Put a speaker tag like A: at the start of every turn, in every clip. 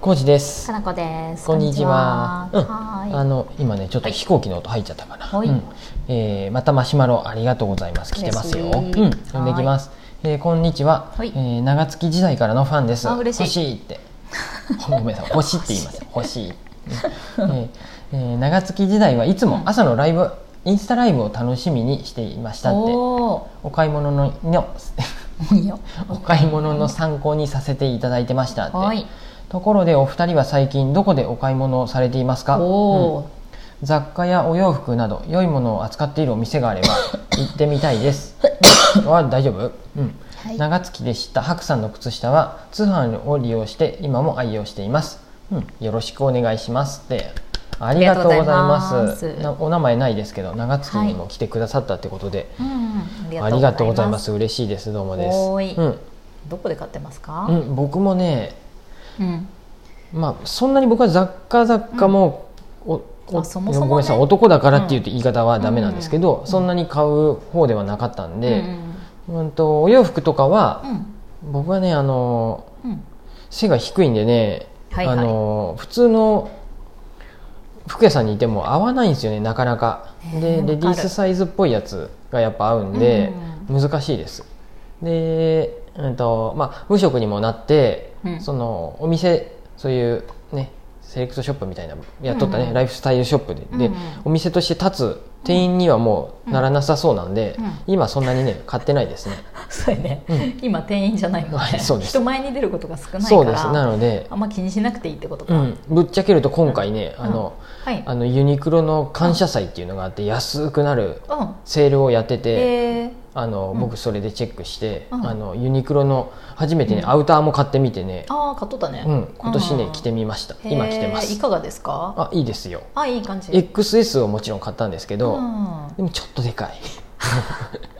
A: コーチです
B: か。なこです。
A: こんにちは。
B: こん
A: う
B: にちは
A: ん、
B: は
A: あ
B: ーい。
A: の今ねちょっと飛行機の音入っちゃったかな。
B: はい
A: うんえーまたマシュマロありがとうございます。来てますよ。う
B: 嬉
A: ん、
B: しい
A: 読んできます。えーこんにちは、
B: はい
A: えー長月時代からのファンです。
B: あ嬉しい
A: 欲しいって。 ごめんなさい。欲しいって言います。 欲しい。うんえーえー長月時代はいつも朝のライブ、インスタライブを楽しみにしていましたって。
B: お
A: お買い物のの
B: ーいいよ。
A: お買い物の参考にさせていただいてましたって。
B: はい。
A: ところでお二人は最近どこでお買い物をされていますか、
B: お
A: うん
B: ー
A: 雑貨やお洋服など良いものを扱っているお店が あれば行ってみたいです、うんあ大丈夫、うん
B: はい
A: 長月で知った白さんの靴下は通販を利用して今も愛用しています、うん、よろしくお願いしますってありがとうございます
B: ありがとうございます
A: なお名前ないですけど長月にも来てくださったってことで、
B: うんうん。
A: ありがとうございま。す嬉しいですどうもです
B: おーい
A: うん
B: どこで買ってますか？
A: うん、僕もね
B: うん。
A: まあそんなに僕は雑貨雑貨も、おお
B: あそもそもね
A: ごめんなさい男だからっていうと言い方はダメなんですけど、そんなに買う方ではなかったんで、うんとお洋服とか
B: う
A: は、
B: ん
A: 僕はねあの
B: うんうん。
A: 背が低いんでね、
B: はいはい
A: あの普通の服屋さんにいても合わないんですよねなかなか
B: え
A: で
B: ーわか
A: レ
B: る
A: ディースサイズっぽいやつがやっぱ合うんで、難しいですで、うんとまあ、無職にもなって、
B: うん
A: そのお店そういうねセレクトショップみたいなやっとったね、
B: うんうん
A: ライフスタイルショップで,、で
B: うんうん
A: お店として立つ店員にはもうならなさそうなんで、
B: うんうん
A: 今そんなにね買ってないですね
B: そうやね
A: うん。
B: 今店員じゃないもん
A: はい
B: ね。
A: そうです
B: 人前に出ることが少ないから。
A: そうですなので
B: あんま気にしなくていいってこと
A: う
B: か。
A: ん、ぶっちゃけると今回ね、
B: うん
A: あの
B: はい。
A: あのユニクロの感謝祭っていうのがあって安くなる
B: うん。
A: セールをやってて、
B: えー。
A: あの
B: うん
A: 僕それでチェックして、
B: うん
A: あのユニクロの初めてね、
B: うん
A: アウターも買ってみてね、
B: ああ買っとったね。
A: うん、今年ね、
B: うん
A: 着てみました今着てま
B: へーい
A: す
B: かがですか？
A: あいいですよ
B: あいい感じ。
A: XS をもちろん買ったんですけど、
B: うん
A: でもちょっとでかい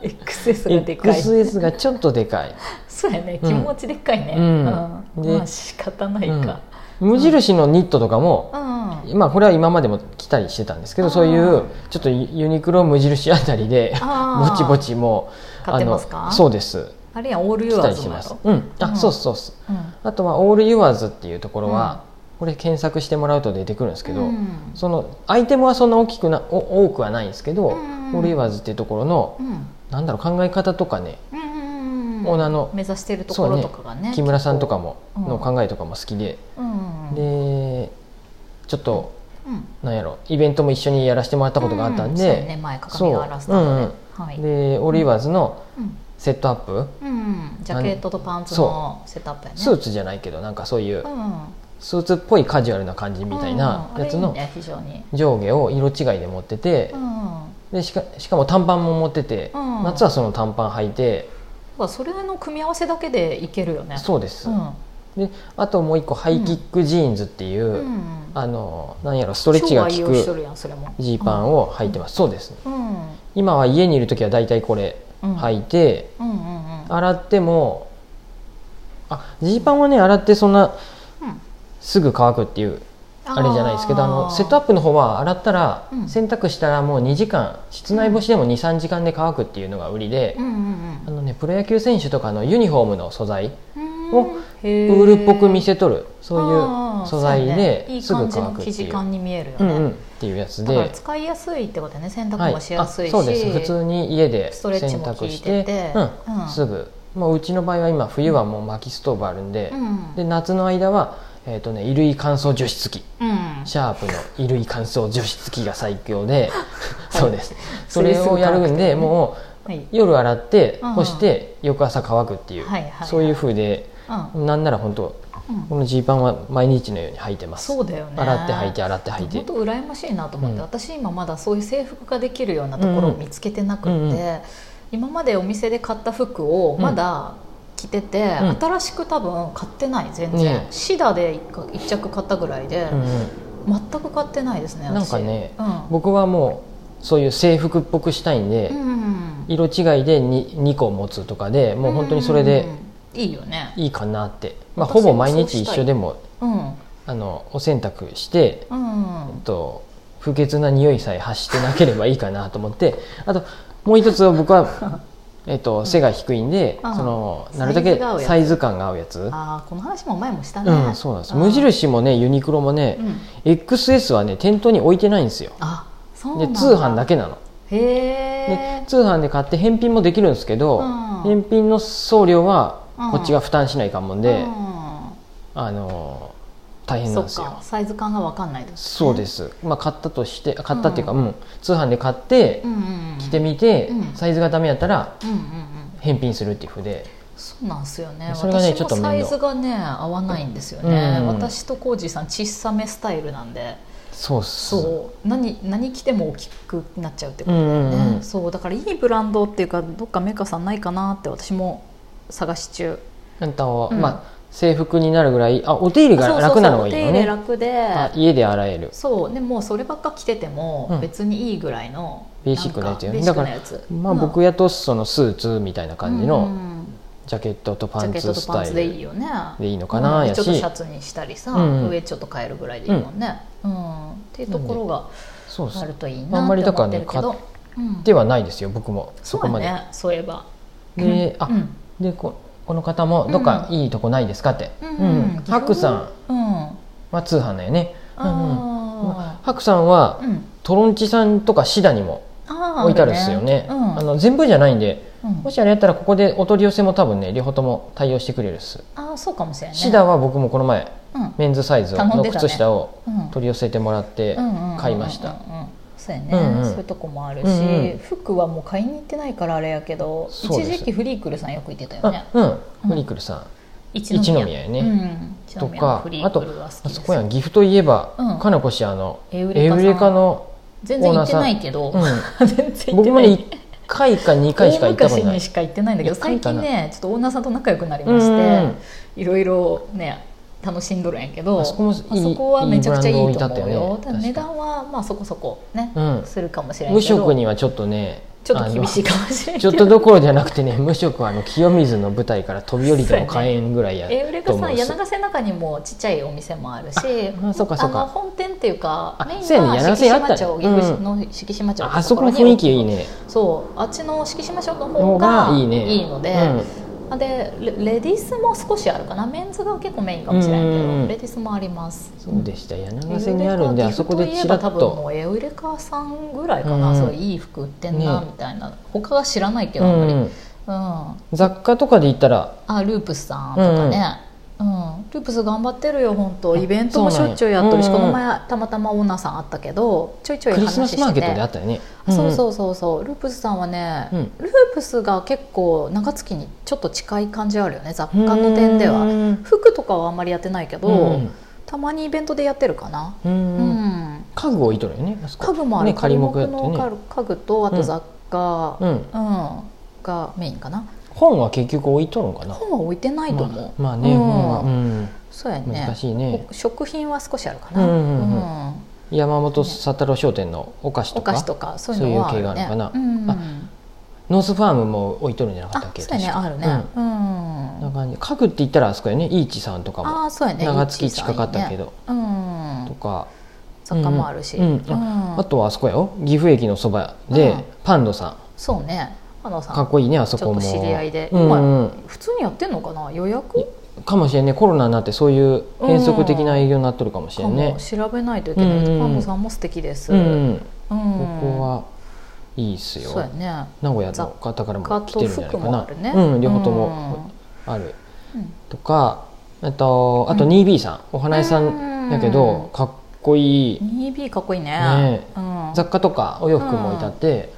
B: XS がでかい
A: XS がちょっとでかい、
B: そうやね
A: うん
B: 気持ちでっかいね、
A: うん
B: うん
A: で
B: まあ仕方ないか、
A: うん無印のニットとか
B: う
A: も、
B: ん
A: まあこれは今までも着たりしてたんですけど、
B: あー
A: そういうちょっとユニクロ無印あたりで
B: あー
A: ぼちぼちもう
B: 買ってますか
A: あのそうです
B: あれやんオールユ
A: 着
B: ア
A: た
B: ー
A: り
B: ズ
A: し
B: のや
A: ます
B: ろ、
A: うんあ、
B: うん
A: そうそうそう
B: うん
A: あとはオールユアーズっていうところは、これ検索してもらうと出てくるんですけど、
B: うん
A: そのアイテムはそんな大きくなお多くはないんですけど、
B: うん
A: オールユアーズっていうところの、
B: うん
A: なんだろう考え方とかね、
B: うん
A: オーナーの
B: 目指してるところとかがね
A: 木村さんとかも
B: うん
A: の考えとかも好きで、
B: うんうん
A: でちょっと
B: うん
A: なんやろイベントも一緒にやらせてもらったことがあったん
B: うんそう
A: で、
B: ね前鏡
A: そう
B: がラスタのね、はい
A: うんうん、でオールユアーズの
B: うん
A: セットアップ、
B: うんジャケットとパンツのセットアップやね
A: スーツじゃないけどなんかそういう
B: うん
A: スーツっぽいカジュアルな感じみたいな
B: うん
A: やつの
B: あれいいね非常に
A: 上下を色違いで持ってて、
B: うん
A: でしかしかも短パンも持ってて、
B: うん
A: 夏はその短パン履いて
B: だからそれの組み合わせだけでいけるよね
A: そうです、
B: うん
A: であともう一個ハイキックジーンズっていう、
B: うん
A: あのなんやろストレッチが効
B: 超愛用しと
A: く
B: るやんそれも
A: ジーパンを履いてます、そうです
B: うん
A: 今は家にいる時は大体これ
B: うん
A: 履いて、
B: うんうんうん
A: 洗ってもあジーパンはね洗ってそんな
B: うん
A: すぐ乾くっていうあれじゃないですけどあのセットアップの方は洗ったら、
B: うん
A: 洗濯したらもう2時間室内干しでも23時間で乾くっていうのが売りで
B: プ、うんうん
A: あのね、プロ野球選手とかのユニフォームの素材
B: うん
A: を
B: ウ
A: ウールっぽく見せとるそういう素材ですぐ
B: い
A: 乾
B: い感じ
A: く
B: の
A: って
B: 生地
A: いう
B: 感に見えるよ
A: うんうんっ
B: ね
A: ていうやつ
B: だから
A: で、
B: 使いやすいってことだね洗
A: は
B: 濯もしやすいし
A: そうです普通に家で
B: ストレッチ
A: 洗
B: も効
A: 濯
B: い
A: してて
B: て
A: うん
B: うん
A: すぐ、まあ、うちの場合は今冬はもう薪ストーブあるんで,、
B: うん
A: で夏の間は、えーとね、衣類乾燥除湿機
B: うん
A: シャープの衣類乾燥除湿機が最強で、そうです
B: そ
A: そ
B: れ
A: れをやるんで、もう
B: はい
A: 夜洗って
B: うん
A: 干して翌朝乾くっていう、
B: はいはいはい
A: そういう風で
B: うん
A: なんなら本当
B: うん
A: このジーパンは毎日のように履いてます
B: そうだよね
A: 洗って履いて洗って履いて
B: 本当羨ましいなと思って、
A: うん
B: 私今まだそういう制服ができるようなところを見つけてなくて、
A: うんうん
B: 今までお店で買った服をまだ着てて、
A: うん
B: 新しく多分買ってない全然、
A: ねえ
B: シダで 1, 着買ったぐらいで、
A: うんうん
B: 全く買ってないですね私
A: なんかね
B: うん
A: 僕はもうそういう制服っぽくしたいんで、
B: うん
A: 色違いで 2, 2個持つとかでもう本当にそれで
B: うんいいよね
A: いいかなって、まあ、
B: 私も
A: ほぼ毎日一緒でも
B: うん
A: あのお洗濯して、
B: うん
A: と 不潔な匂いさえ発してなければいいかなと思ってあともう一つは僕はえっと、背が低いんで、
B: うん
A: そのなるだけサ
B: サ
A: イ
B: イ
A: ズ感が合うやつ
B: ああこの話も前もしたね、
A: うんそうなんです
B: あー
A: 無印もねユニクロもね
B: う、ん
A: XS はね店頭に置いてないんですよ
B: あそうな
A: で
B: んだ
A: 通販だけなの
B: へ
A: で
B: え
A: 通販で買って返品もできるんですけど、
B: うん
A: 返品の送料は
B: うん
A: こっちが負担しないかんもんで、
B: う
A: あのー大変
B: ん、
A: な
B: そ
A: んで
B: っ
A: すよ
B: かサイズ感が分かんないですね、
A: そうですす、まあ、買ったとして買ったっていうか、うん通販で買って
B: うんうんうん、
A: 着てみて、
B: うん
A: サイズがダメやったら
B: うんうんうん
A: 返品するっていうふうで
B: そうなんですよね
A: それがね
B: 私
A: ちょっと
B: も
A: 面倒
B: サイズがね合わないんですよね、
A: うん
B: 私と浩二さん小さめスタイルなんで
A: そうっす
B: そう何何着ても大きくなっちゃうってこ
A: ん
B: と、
A: うん
B: ね
A: うん
B: そうだからいいブランドっていうかどっかメーカーさんないかなって私も探し中
A: あんたは、
B: うん
A: まあ制服になるぐらいあお手入れ
B: あそう
A: が
B: そうそ
A: 楽
B: う
A: なのがいいよ
B: お手入れ
A: ね
B: 楽で
A: あ家で洗える
B: そうでもうそればっか着てて
A: う
B: も
A: ん
B: 別にいいぐらいの、
A: ベーシックなやつよね
B: んかベーシックなやつ
A: まあ、
B: うん
A: 僕やとそのスーツみたいな感じ
B: う
A: の
B: ん
A: ジャケットとパ
B: ジ
A: ン
B: ャケ
A: ツ
B: ットと
A: ス
B: パ
A: タ
B: ン
A: イ
B: ツ
A: ル
B: でいいよね
A: でいいのかな
B: うん
A: や
B: ちょっとシ
A: し
B: ャツにしたりさ、
A: うんうん
B: 上ちょっと変えるぐらいでいいもんね、うんっていうところが
A: そうそ
B: ある
A: う
B: といい
A: あん
B: な
A: まり
B: って
A: だか
B: 思
A: ら
B: って
A: ね
B: るけど、うん、
A: ではないですよ僕もそ
B: そう
A: こ
B: や
A: まで
B: ねそういえば
A: であ
B: うん
A: でここの方もどっかいいとこないですかって
B: うん
A: うんハクさん
B: うん
A: は通販だよねうんうん
B: あ
A: ハクさんは
B: ーうん
A: トロンチさんとかシダにも
B: あー
A: 置いてあるんですよね
B: あるうん
A: あの全部じゃないんで
B: うん
A: もしあれやったらここでお取り寄せも多分ね両方とも対応してくれるっす
B: あーそうかもしれないね
A: シダは僕もこの前
B: うん
A: メンズサイズ
B: 頼ん
A: の
B: でたね
A: 靴下を
B: うん
A: 取り寄せてもらって
B: うんうんうんうん
A: 買いました
B: うんうんそうやね、
A: うんうん
B: そういうとこもあるし、
A: うんうん
B: 服はもう買いに行ってないからあれやけど
A: そう
B: 一
A: です
B: 時期フリークルさんよく行ってたよね
A: あうんフリクルさん
B: 一
A: 一宮やね
B: うん、一
A: と
B: 宮の
A: か
B: フリ
A: あ
B: ー
A: と
B: クルは好き
A: あ
B: です
A: そこやん岐阜といえば、
B: うん
A: かなこ氏あの
B: エウレ
A: エ
B: カさ
A: ウ
B: ん
A: レカの、
B: 全然行ってないけど、
A: うん
B: 全然行っ
A: 僕
B: て
A: もね
B: ない
A: 1回か2回しか行ったこと
B: 大昔
A: ない
B: にしか行ってないんだけど
A: 一回
B: 最
A: かな
B: 近ねちょっとオーナーさんと仲良くなり
A: うん
B: まし
A: うんうん
B: ていろいろね楽しんどるんやけど
A: あそこもいい
B: あそこはめちゃくちゃいい
A: いいブ
B: と
A: ランド置いてあった
B: 思
A: よね
B: うよ
A: 確か
B: ただ
A: に
B: 値段はまあそこそこね、
A: うん
B: するかもしれない
A: 無
B: けど
A: 職にはちょっとね
B: ちょっと厳しいかもしれ
A: あ
B: な
A: の
B: い
A: ち
B: け
A: ょっ
B: ど
A: とどころじゃなくてね無職はあの清水の舞台から飛び降りても買えんぐらいや
B: えウレ
A: と
B: カ
A: 思
B: さ
A: うんです
B: 柳ヶ瀬の中にもちっちゃいお店もあるし
A: ああそうかそうか
B: の本店っていうか
A: あ
B: メイン
A: そうやね
B: は
A: 柳ヶ
B: 敷
A: 瀬にあった
B: 島
A: ね
B: 町、岐
A: う
B: 阜
A: ん
B: の敷島町のところに
A: あそこの雰囲気いいね
B: そうあっちの敷島町の
A: の
B: 方
A: が
B: が
A: いいね
B: いいので、
A: うん
B: あでレレディースも少しあるかなメンズが結構メインかもしれないけ
A: う
B: ど
A: んうんうん
B: レディースもあります
A: そうでした柳ヶ瀬にあるんで
B: エウレカ
A: あそこで
B: 岐阜
A: ち
B: とい
A: ら
B: えば多
A: っ
B: 分も
A: と
B: うエウレカさんぐらいか
A: うん
B: な、そういい服売ってんな
A: ね
B: みたいな、他は知らないけ
A: う
B: どあんまり、うん
A: ん雑貨とかで行ったら
B: あループスさんとかね、うんループス頑張ってるよ本当イベントもしょっちゅうやっとるし、
A: そうなんや
B: この前たまたまオーナーさんあったけどちょいちょい
A: クリ
B: 話
A: スマ
B: し
A: ス
B: て
A: マーケット
B: て
A: であったよね
B: そうそううそうそうループスさんはね、
A: うん
B: ループスが結構長月にちょっと近い感じあるよね雑貨の点では服とかはあんまりやってないけど、たまにイベントでやってるかな、
A: う
B: うんん
A: うん家具置いとるよねあそこ
B: 家具もある、
A: ね仮木やって
B: の家
A: ね
B: 具家具とあと雑貨、
A: う
B: うん
A: ん
B: がメインかな
A: 本は結局置いとるのかな
B: 本は置いてないと思う、
A: まあまあね
B: うん
A: 本はうん
B: そうやね
A: 難しいね
B: 食品は少しあるかな、
A: うんうんう
B: うん
A: 山本佐太郎商店のお菓子と
B: お
A: か
B: 菓子とかそういうのはある、ね、
A: そういう系があるのかな
B: うん
A: あノースファームも置いとるんじゃなかったっ
B: あ
A: け
B: そうやね
A: 確か
B: あるね、
A: うん
B: うん
A: な感じ家具って言ったらあそこやねイーチさんとかも
B: あーそうやね
A: 長月近かったけど、
B: 113
A: と
B: ね
A: か
B: うん、雑貨もあるし、
A: うんうん
B: うん
A: あとはあそこやよ岐阜駅のそばで
B: うん
A: パンドさ
B: そうね花
A: ん
B: さ
A: かっ
B: ん
A: こいいねあそこも
B: ちょっと知り合いで
A: うんうん
B: 普通にやってんのかな予約
A: かもしれんねコロナになってそういう変則的な営業になっとるかもし
B: か
A: れんね
B: も調べないといけない、
A: うん
B: パンドさんも素敵です、
A: うん
B: うん
A: うんここはいいっすよ
B: そうやね
A: 名古屋の方からも
B: 雑貨
A: 来て
B: と
A: るんじゃない
B: 服
A: か
B: も
A: な
B: あるね、
A: うん、両方ともある
B: うん、うん
A: とかあとあと
B: うん
A: 2B さん、お花屋さ
B: うん
A: んだけどかっこいい
B: 2B かっこいいね
A: ね
B: うん、
A: 雑貨とかお洋服も置いてあって、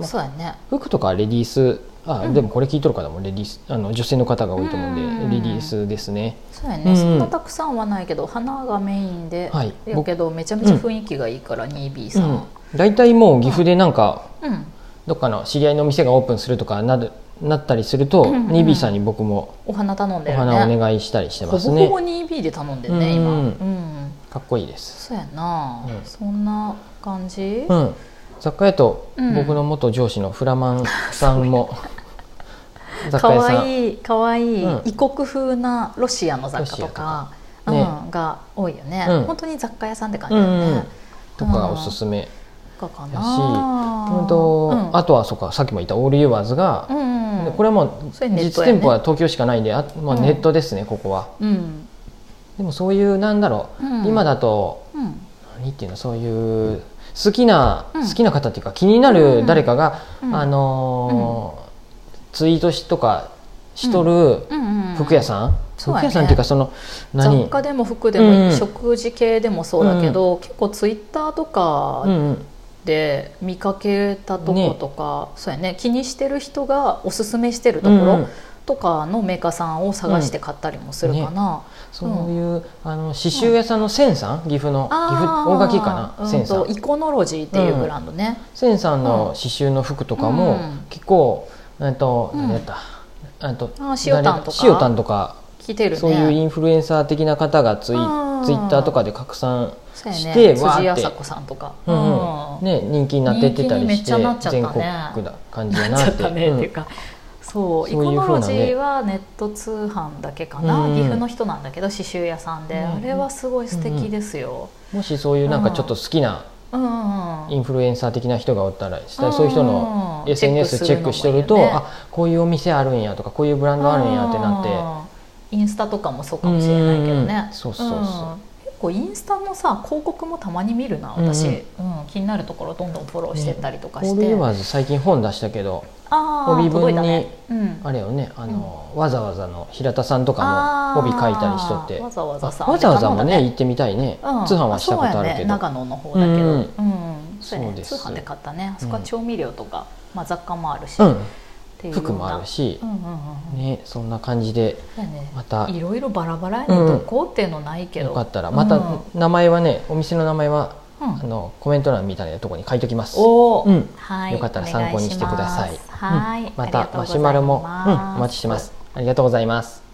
B: そうやね
A: 服とかはレディースあ、
B: うん
A: でもこれ聞いとる方もレディースあの女性の方が多いと思うんで、
B: うん
A: レディースですね
B: そうやね、
A: うん
B: そんなたくさんはないけど花がメインで、
A: はい
B: やけどめちゃめちゃ雰囲気がいいから 2B
A: う
B: さ
A: ん
B: ん、
A: 大体もう岐阜でなんか
B: うん、
A: どっかの知り合いのお店がオープンするとかなるなったりすると、
B: うんうん
A: 2B さんに僕も
B: お花頼んで
A: お
B: るね
A: 花お願いしたりしてま
B: ほ
A: す
B: ぼ
A: ね
B: ほぼ 2B で頼んでるね、
A: うん
B: 今、
A: うん
B: うん、
A: かっこいいです、
B: そうやな、
A: うん
B: そんな感じ、
A: うん、雑貨屋と
B: うん
A: 僕の元上司のフラマンさんも雑
B: か
A: 貨屋さん
B: わいいかわいい、
A: うん
B: 異国風なロシアの雑貨とか
A: ロシアとか
B: うん、が多いよね、
A: うん
B: 本当に雑貨屋さんって感じ
A: う
B: だよ
A: ん
B: ね、
A: うん、とかおすすめ
B: かかな
A: うんと
B: うん
A: あとはそうかさっきも言ったオールユーワーズが、
B: うんうん
A: でこれはもう
B: それネットやね
A: 実店舗は東京しかないんであ、まあ、
B: うん
A: ネットですね、ここは
B: うん
A: でもそういうなんだろう、
B: うん
A: 今だと
B: うん
A: 何っていうのそういう好きな、
B: うん
A: 好きな方っていうか気になる誰かが、
B: うん
A: あのーツイートしとかしとる
B: うんうん
A: 服屋さん、
B: そう
A: 服
B: やね
A: 屋さんっていうかその何
B: 雑貨でも服でもいい、
A: うん
B: 食事系でもそうだけど、結構ツイッターと
A: う
B: か
A: んうん
B: で見かけたとことか、そうやね気にしてる人がおすすめしてるとこ
A: うんう
B: ろ
A: ん
B: とかのメーカーさんを探して買ったりもするかな、
A: そういう、あの刺繍屋さんの千さん岐阜の岐
B: あ
A: 阜
B: ー
A: 大垣かな、
B: うん
A: 千さ
B: と
A: ん
B: イコノロジーっていうブランドね、
A: 千さんの刺繍の服とかも、
B: うん
A: 結構えっと
B: うん
A: 何やった、えっと
B: あー塩タンとか
A: 誰塩タンとか
B: 来てるね
A: そういうインフルエンサー的な方がツイ
B: あー
A: ツイッターとかで拡散、
B: そうやね
A: してわーって
B: 辻麻子さんとか、
A: うんうんね、人気になってってたり
B: 人気にめっ
A: し
B: ち
A: て、
B: ゃなっちゃったね
A: 全国だ感じだ
B: なっ
A: なっ
B: ちゃってたね
A: う
B: っ
A: ん
B: ていうか、そう
A: そう
B: イ
A: いう
B: コノ
A: 風
B: ロ
A: な
B: ジ
A: ね
B: ーはネット通販だけかな、
A: うん
B: 岐阜の人なんだけど刺繍屋さんで、
A: うん
B: あれはすごい素敵ですよ、
A: もしそういうなんかちょっと好きな
B: うんうん
A: インフルエンサー的な人がおったらした
B: うん
A: そういう人の SNS チェックしとると、
B: チェックするのもいいよね
A: あこういうお店あるんやとかこういうブランドあるんやってなって。
B: てインスタとかもそうかもしれないけど
A: うんう
B: ね
A: んそうそうそうん
B: 結構インスタのさ広告もたまに見るな私、うん気になるところどんどんフォローしてったりとか
A: オ
B: し
A: ール
B: て、
A: ユーワーズ最近本出したけど
B: あー
A: 帯分
B: 届いたねうん
A: あれよねあの、わざわざの平田さんとかも帯書いたりしとって
B: あーわざわざさ
A: わざわざもね
B: あれ
A: 行ってみたいね、
B: 頼んだね
A: 通販はしたことある
B: そう
A: け
B: やね
A: ど、
B: 長野の方だけど
A: うん
B: うんそ
A: そう
B: うやね
A: で
B: 通
A: す
B: 販で買ったねあそこは
A: うん
B: 調味料とかまあ雑貨もあるし
A: う
B: っ
A: ん
B: ていうような
A: 服もあるし
B: うん、うんうんうん
A: ねそんな感じで
B: そうやね
A: また
B: い
A: よ
B: ろいろバラバラやね
A: うん
B: どこっていうのないけど
A: かったら
B: うん
A: ま
B: う
A: た
B: ん
A: 名前はねお店の名前は
B: うん
A: あのコメント欄みたいなとこに書いときます
B: お
A: うん
B: ーはい
A: よかったら
B: お願
A: 参考に
B: ま
A: し
B: す
A: てください
B: はい
A: うんまたマシュマロも、うん、お待ちしてますありがとうございます